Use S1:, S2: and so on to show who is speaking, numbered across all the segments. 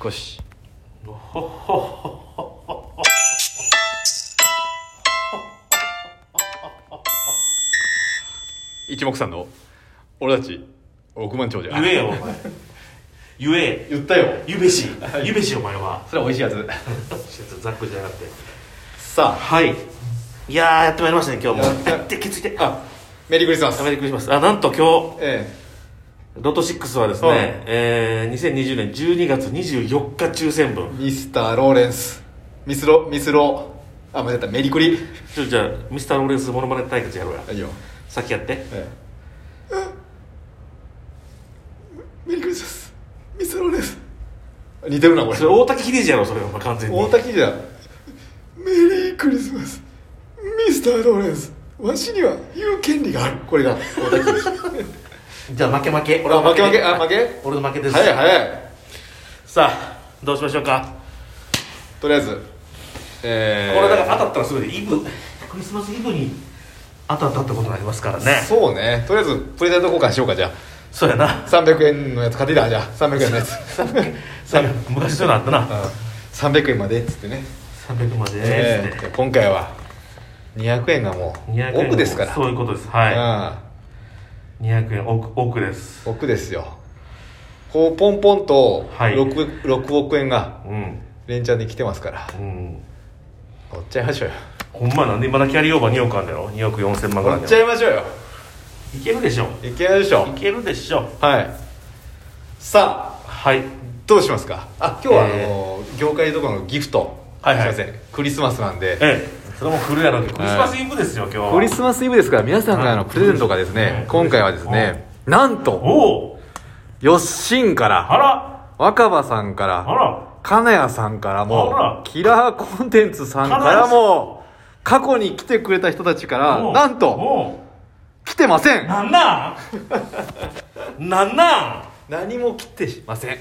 S1: 腰一目散の俺たち億万長者
S2: 言えよお前言え
S1: 言ったよ
S2: ゆべしゆべしお前は
S1: それは美味しいやつ
S2: ザックじゃなくて
S1: さあ
S2: はいいやーやってまいりましたね今日も
S1: やった
S2: やって気づいてあ
S1: あメリークリスマス
S2: メリークリスマスあなんと今
S1: え
S2: 日ロト6はです
S1: うん
S2: ね、えー、2020年12月24日抽選分
S1: えミスターローレンスミスロミスロあ間違ったメリクリ
S2: ちょじゃあミスターローレンスモノマネ対決やろうや
S1: はいよ、
S2: 先やって
S1: ええ、メリークリスマスミスローレンス似てるなこれ
S2: それ大竹秀治やろそれお前完全に
S1: 大滝じゃんメリークリスマスミスター・ローレンスわしには言う権利があるこれが大滝 秀治
S2: じゃあ負け負け俺
S1: あ
S2: は
S1: 負け負けあ負け
S2: 俺の負けです、
S1: 早い早い
S2: さあどうしましょうか
S1: とりあえずえー、
S2: これだから当たったらすごいねイブクリスマスイブに当たったってことになりますからねそ
S1: そうねとりあえずプレゼント交換しようかじゃ
S2: うやな
S1: あ300円のやつ買ってきたじゃあ300円のやつ
S2: さ昔そういうのあったな
S1: うん300円までっつってね、
S2: 300まで
S1: え
S2: っつっ
S1: ー
S2: て
S1: 今回は200円がも
S2: 200円
S1: う奥ですから
S2: そういうことですは
S1: うん
S2: い200円奥奥です
S1: 億ですよこうポンポンと 6,、
S2: はい
S1: 6億円が
S2: うん
S1: 連チャンで来てますから
S2: うん
S1: 乗っちゃいましょうよ
S2: ほんまなんでまだキャリーオーバー2億あるんだよ2億4千万ぐら
S1: 乗
S2: い
S1: っ
S2: だ
S1: ちゃ
S2: よ
S1: いましょうよ
S2: いけるでしょ
S1: いけないでしょ
S2: いけるでしょ
S1: はいさあ
S2: はい
S1: どうしますかあ今日はあの、
S2: え
S1: 業界どころのギフト
S2: はいはい
S1: すいませんクリスマスなんで
S2: ええそれも古いやろうけどクリスマスイブですよ今日は
S1: クリスマスイブですから皆さんからのプレゼントがですね
S2: うん
S1: 今回はですねなんと
S2: おお
S1: よっしんか
S2: あ
S1: ら
S2: ら
S1: 若葉さんか
S2: あ
S1: ら
S2: ら
S1: 金谷さんから
S2: あら
S1: もキラーコンテンツさんからも過去に来てくれた人たちから
S2: おう
S1: なんと
S2: おう
S1: 来てません
S2: なんなんなんなん
S1: 何も来てませんい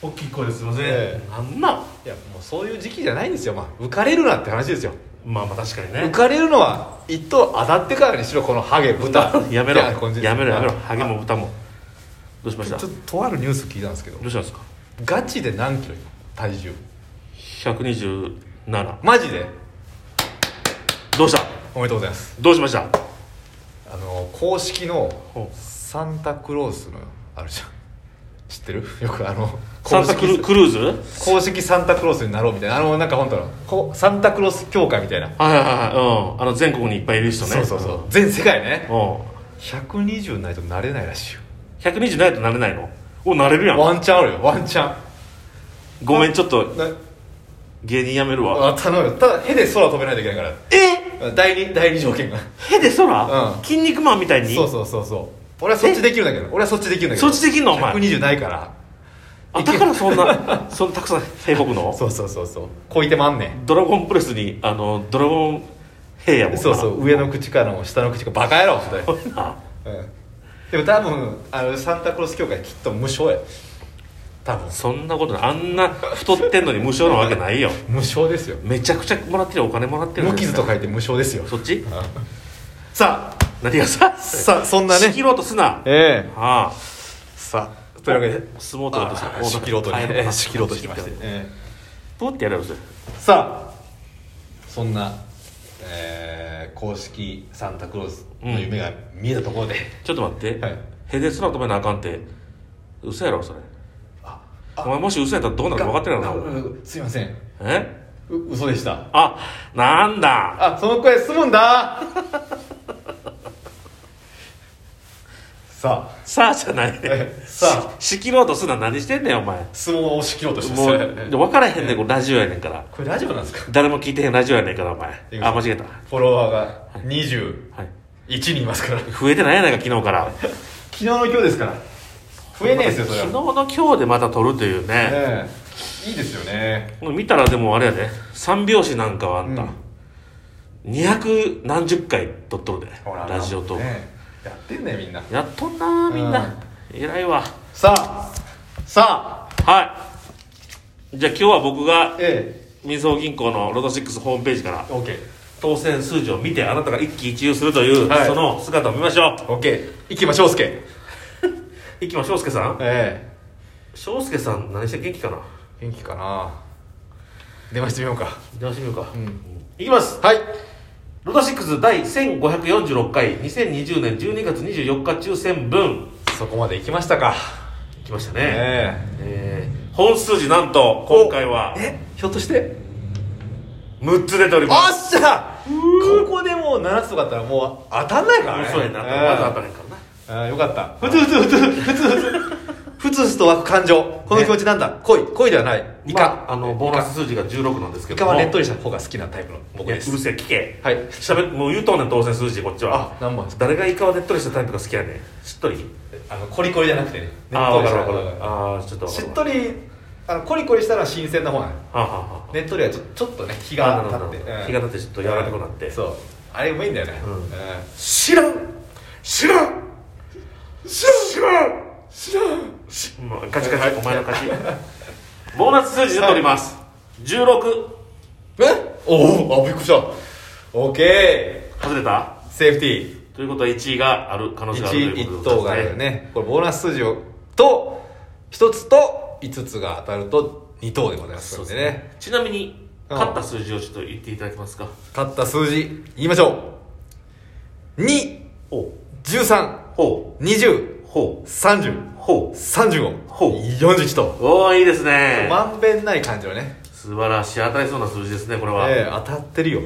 S2: 大きい声ですいません、
S1: え
S2: なんなん
S1: やもうそういう時期じゃないんですよ、まあ、浮かれるなって話ですよ
S2: まあまあ確かに
S1: 浮
S2: ね
S1: かれるのは一等当たってからにしろこのハゲ豚
S2: や
S1: み
S2: めろ
S1: たいな感じです
S2: やめろやめろハゲも豚もどうしま
S1: あ
S2: し
S1: ちょ
S2: た
S1: っ
S2: ど
S1: と
S2: う
S1: とあるニュース聞いたんですけど
S2: したんですか
S1: ガチで何キロ体重
S2: 127
S1: マジで
S2: どうした
S1: おめでとうございます
S2: どうしました
S1: あの公式の
S2: ほう
S1: サンタクロースのあるじゃん知ってるよくあの
S2: サ
S1: 公
S2: ンタクル
S1: 式
S2: クルーズは
S1: 公式サンタクロースになろうみたいなあのなんか本当のこうサンタクロース協会みたいな、
S2: いはいはい、うん、あの全国にいっぱいいる人ね
S1: そうそうそう全世界ね
S2: うん
S1: 120ないとなれないらしいよ
S2: 127やとなれないのおなれるやん
S1: ワンチャンあるよワンチャン
S2: ごめんちょっと
S1: な
S2: 芸人やめるわ
S1: あ頼むよただ手で空飛べないといけないか
S2: え
S1: ら第二第二条件が
S2: へで空、
S1: うん
S2: 筋肉マンみたいに
S1: そうそうそうそう俺はそっちできるんだけど俺はそっちできるんだけど
S2: そっちできんのお前
S1: 120ないから
S2: あだからそんなそんなたくさん兵北の
S1: そうそうそうそうこいてまんねん
S2: ドラゴンプレスにあのドラゴン兵やもんな
S1: そうそう上の口からも下の口からバカ野 郎みたい
S2: これな
S1: な、うん、でも多分あのサンタクロース協会きっと無償や多分
S2: そんなことないあんな太ってんのに無償なわけないよ
S1: 無償ですよ
S2: めちゃくちゃもらってるお金もらってる
S1: 無傷と書いて無償ですよ
S2: そっち
S1: さあ
S2: 何がさ
S1: さあそんなね
S2: 仕切ろうとすな
S1: ええ
S2: ああ
S1: さあというわけで
S2: 相撲取ろうとした
S1: あ仕切ろうとねええ仕切ろうとしてまして、ええ
S2: どうやってやれよそれ
S1: さあそんな、えー公式サンタクロースの夢が見えたところで、
S2: ちょっと待って、
S1: はい
S2: へですら止めなあかんって嘘やろそれ
S1: あ
S2: お前もし嘘やったらどうなるか分かってるやろなお前
S1: うすいません
S2: え
S1: う嘘でした
S2: あなんだ
S1: あその声すむんだ さあ
S2: さあじゃないね
S1: えさ
S2: し仕切ろうとすな何してんねんお前
S1: 相撲を仕切ろうとして
S2: も
S1: ます
S2: う分からへんねんこれラジオやねんから
S1: これラジオなんですか
S2: 誰も聞いてへんラジオやねんからお前
S1: い
S2: あ間違えた、
S1: フォロワーが21
S2: はい、
S1: 人いますから昨
S2: 増えてないやないか昨日から
S1: 日の今日ですから増えねえですよそれは
S2: 昨日の今日でまた撮るというね
S1: ねえいいですよね
S2: 見たらでもあれやで三拍子なんかはあんた、
S1: うん
S2: 二百何十回撮っとるでラジオと、
S1: ねえやってんねみんな
S2: やっとんなみんな、偉いわ
S1: さあさあ
S2: はいじゃあ今日は僕が
S1: え
S2: みずほ銀行のロト6ホームページから
S1: え OKOK、
S2: 当選数字を見てあなたが一喜一憂するという、
S1: はい
S2: その姿を見ましょう
S1: オッケー行きましょうすけ
S2: いきましょう翔介さん
S1: え
S2: 翔介さん何して元気かな
S1: え元気かな電話してみようか
S2: 電話してみようか、
S1: うん
S2: いきます
S1: はい
S2: ロト6第1546回2020年12月24日抽選分
S1: そこまで行きましたか
S2: 来ました
S1: ね
S2: ね、
S1: え
S2: えー本数字なんと今回は
S1: えひょっとして
S2: 6つ出ており
S1: お
S2: ます
S1: っしゃここでもう7つとかあったらもう当たんないからね
S2: そうやな
S1: え
S2: まだ当たらへんからな
S1: えあーよかったふつふつふつふつふ つふつふつと湧く感情この気持ちなんだ、恋恋ではないイカ、
S2: まあ、あのボーナス数字が16なんですけ
S1: イ
S2: ど
S1: カ
S2: も
S1: はねっとりした方が好きなタイプの僕
S2: いやう
S1: です
S2: るせえ聞け
S1: はい
S2: しゃべもう言うとんねん当選数字こっち
S1: あ
S2: は
S1: 何番ですか
S2: 誰がイカはねっとりしたタイプが好きやねんしっとり
S1: あのコリコリじゃなくてね
S2: ああ
S1: ねっ
S2: 分か
S1: とりし
S2: る
S1: た
S2: 分かるああちょっと分か
S1: し
S2: る
S1: っとりあのコリコリしたら新鮮な方なの
S2: はあはあはあ
S1: ねっとりはちょちょっとね日
S2: あ
S1: が
S2: なるほど
S1: 経って、
S2: なるほど日が経ってちょっと柔らかくなって
S1: うんそうあれもいいんだよね、
S2: うん
S1: うん
S2: 知らん知らん知らん知らん知らんもうガチガチお前の勝ちボーナス数字出ております16
S1: えおおあびっくりしたオッケ
S2: 外れた
S1: ーセーフティー
S2: ということは1位がある可能性があるという
S1: 1一
S2: ことで
S1: 等
S2: す
S1: があ
S2: ね
S1: るよねこれボーナス数字をと1つと5つが当たると2等でございます
S2: そう
S1: の
S2: です
S1: で
S2: ね
S1: ね
S2: ちなみに
S1: うん
S2: 勝った数字をちょっと言っていただけますか
S1: 勝った数字言いましょう
S2: ほう
S1: 2132030
S2: ほうほうほうほう
S1: 3541と
S2: おおいいですね
S1: まんべんない感じのね、
S2: 素晴らしい当たりそうな数字ですねこれは、
S1: ええ当たってるよ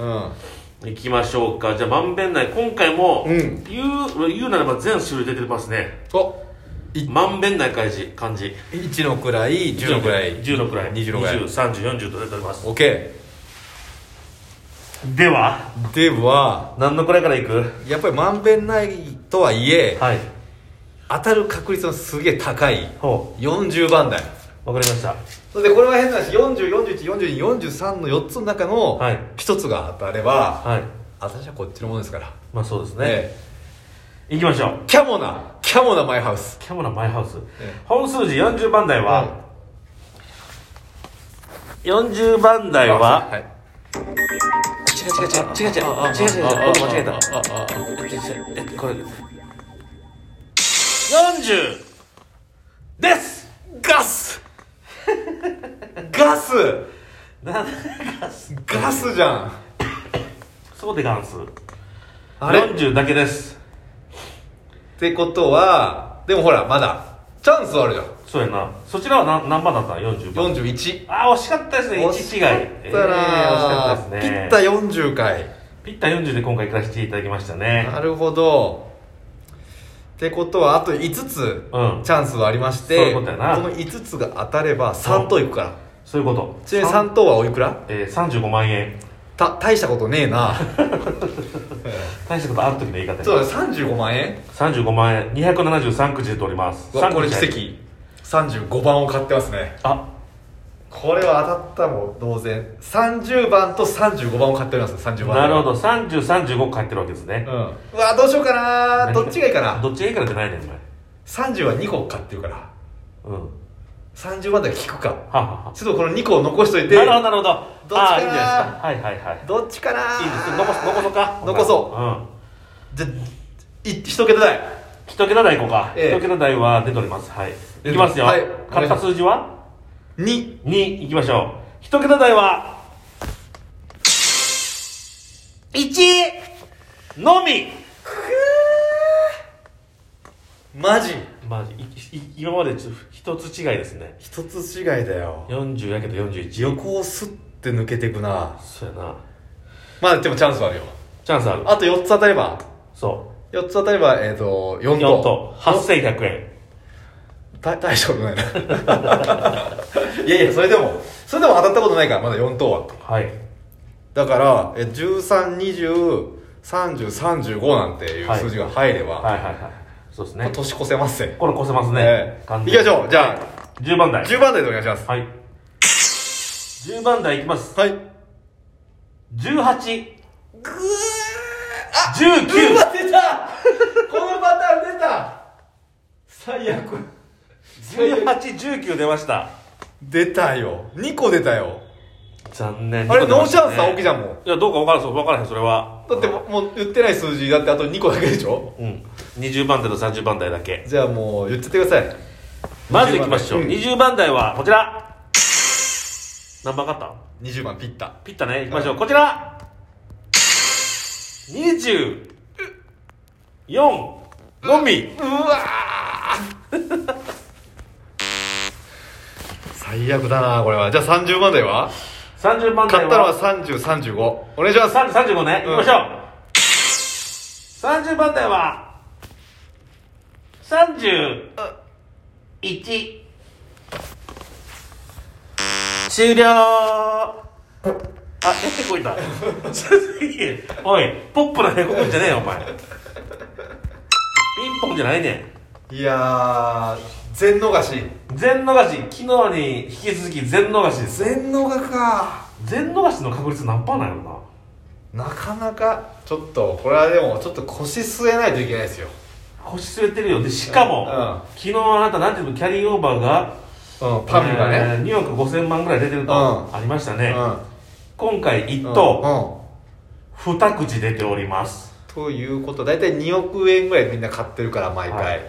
S1: うん
S2: いきましょうかじゃあまんべんない今回も、
S1: うん
S2: 言う言うならば全種類出てますね
S1: おい
S2: まんべんない漢字漢字
S1: 1の位10の位
S2: 10の位
S1: 20の位
S2: 3040と出ております
S1: オッケ
S2: では
S1: ーでは
S2: 何の位からいく
S1: やっぱりまんべんないとはいえ
S2: はい
S1: 当たる確率のすげえ高い
S2: ほ
S1: 40番台
S2: うわかりました
S1: それでこれは変な話40414243の4つの中の
S2: はい
S1: 1つが当たれば、
S2: はい
S1: 私はこっちのものですからね
S2: まあそうですね、
S1: え
S2: いきましょう
S1: キャモなキャモなマイハウス
S2: キャモラマイハウス、
S1: え
S2: 本数字40番台は、
S1: は
S2: 40番台は、
S1: はい
S2: 違う違う違う違う違う違う違う違う僕間違えたえこれ40です
S1: ガスガス
S2: なんか
S1: ガスじゃん
S2: そうでガンス
S1: あれ
S2: 40だけです
S1: ってことはでもほらまだチャンスあるじゃん
S2: そうやなそちらは何何番だったの40番
S1: 41
S2: あー惜しかったですね1違い
S1: 惜しかった
S2: えー惜しか
S1: な
S2: った
S1: ー
S2: です
S1: ピ
S2: ね
S1: ッタ40回
S2: ピッタ40で今回行かせていただきましたね
S1: なるほどってことはあと5つ
S2: うん
S1: チャンスはありまし
S2: そうい
S1: て
S2: うことやな
S1: の5つが当たれば3等いくから
S2: そういうこと
S1: ちなみに3等はおいくら
S2: えー、35万円
S1: た大したことねえな
S2: 大したことある時の言い方や
S1: そうだ35万円
S2: 35万円273口出ております
S1: うわこれ
S2: 3
S1: 奇
S2: 口入
S1: 跡
S2: って
S1: 35番を買ってますね
S2: あ
S1: これは当たったも同然30番と35番を買っております30番
S2: なるほど3035買ってるわけですね
S1: うん、うわどうしようかな
S2: 何
S1: どっちがいいかな
S2: どっちがいいからじゃないねんお
S1: 30は2個買ってるから
S2: 前うんは
S1: 30番だけ聞くか
S2: はは
S1: ちょっとこの2個を残しといて
S2: なるほどなるほど
S1: どっちかな
S2: ああいいんじゃないですかはいはいはい
S1: どっちかない
S2: いです残す残そうか
S1: 残そう
S2: うん
S1: じゃい一桁台
S2: 一桁台行こうか
S1: ええ
S2: 一桁台は出ておりますはい
S1: え
S2: いきますよ
S1: はい
S2: 買った数字は
S1: 2
S2: 2いきましょう一桁台は1のみ
S1: マジ
S2: まあいい今までちょっと一つ違いですね
S1: 一つ違いだよ
S2: 40やけど41
S1: 横をスッて抜けていくな
S2: そうやな
S1: まあでもチャンスはあるよ
S2: チャンスある
S1: あと4つ当たれば
S2: そ
S1: 4つ当たればえっ、と
S2: う
S1: 4
S2: 4
S1: 等
S2: と8100円
S1: た大したことない ないやいやそれでもそれでも当たったことないからまだ4等は
S2: はい
S1: だからえ13203035なんていう数字が入れば、
S2: はいはいはいそうですね
S1: 年越せますね
S2: これ越せますね、
S1: ええ
S2: 完
S1: い
S2: 全
S1: きましょうじゃあ
S2: 10番台
S1: 10番台でお願いします
S2: はい10番台いきます
S1: はいぐ
S2: 1819
S1: ーあうわ出たこのパターン出た最悪
S2: 1819出ました
S1: 出たよ2個出たよ
S2: 残念
S1: あれ
S2: 二個
S1: ノ
S2: 出
S1: ーチャ
S2: ました
S1: ンスなわけじゃんもう
S2: いやどうか分からんそう分からへんそれは
S1: だってもうもう言ってない数字だってあと2個だけでしょ
S2: うん20番台と30番台だけ
S1: じゃあもう言っちゃってください
S2: まずいきましょう
S1: うん
S2: 20番台はこちら何番勝った
S1: 20番ピッタ
S2: ピッタね、行きましょう。こちら !24 のみ
S1: うわー最悪だなこれはじゃあ30番台は
S2: !30 番台
S1: 買ったの
S2: は
S1: は3035お願いします
S2: さん35ね、
S1: うん
S2: 行きましょう30番台は31終了あ、え、こ いたおい、ポップなへこむんじゃねえよ、お前ピンポンじゃないね
S1: いやー全逃し
S2: ん全逃し、昨日に引き続き全逃しです
S1: 全逃か
S2: 全逃しの確率何パーなんやろ
S1: な
S2: な
S1: かなかちょっとこれはでもちょっと腰据えないといけないですよ
S2: 腰据えてるよでしか
S1: う
S2: も、
S1: ん
S2: 昨日あなたなんていうのキャリーオーバーが
S1: うんパミュがね、
S2: えー2億5000万ぐらい出てると、
S1: うん
S2: ありましたね、
S1: うん
S2: 今回1
S1: と、
S2: 等、2口出ております
S1: ということ大体2億円ぐらいみんな買ってるから毎回、
S2: は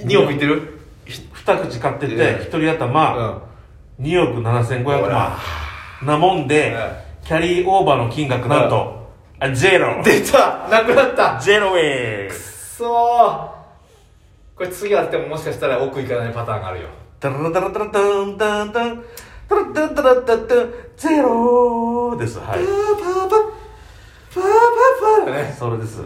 S1: 2億いってる
S2: 2口買ってて
S1: うん
S2: 1人頭2億7500
S1: ほ
S2: 万
S1: ら
S2: なもんで、キャリーオーバーの金額なんと、あゼロ
S1: うん出たなくなった
S2: ゼロウェイ
S1: くそーこれ次あってももしかしたら奥いかないパターンがあるよ
S2: タラタラタラタンタンタンタラタラタラタンタンゼローですはい
S1: パーパーパーパーパーだね
S2: それです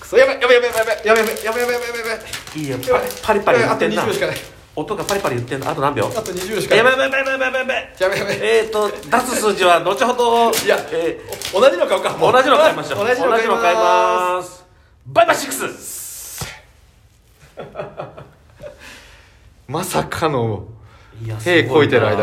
S1: くそやばいやばいやばいやばいやばいやばいやばいやばいやばいやばい
S2: いいよパリパリ言
S1: あ
S2: っ
S1: と
S2: てんな
S1: 20秒しかない
S2: 音がパリパリ言ってんのあと何秒
S1: あと20秒しか
S2: や
S1: な
S2: ば
S1: い
S2: いやばいやばいやばいやばい
S1: やばいやばい
S2: えーと出す数字は後ほど
S1: いや
S2: えー
S1: お同じの買うかもう
S2: 同じの買いましょう
S1: 同じの買い
S2: 同じの買い
S1: ま
S2: ますバイバイシックス
S1: すまさかの
S2: いや
S1: 屁こいてる間に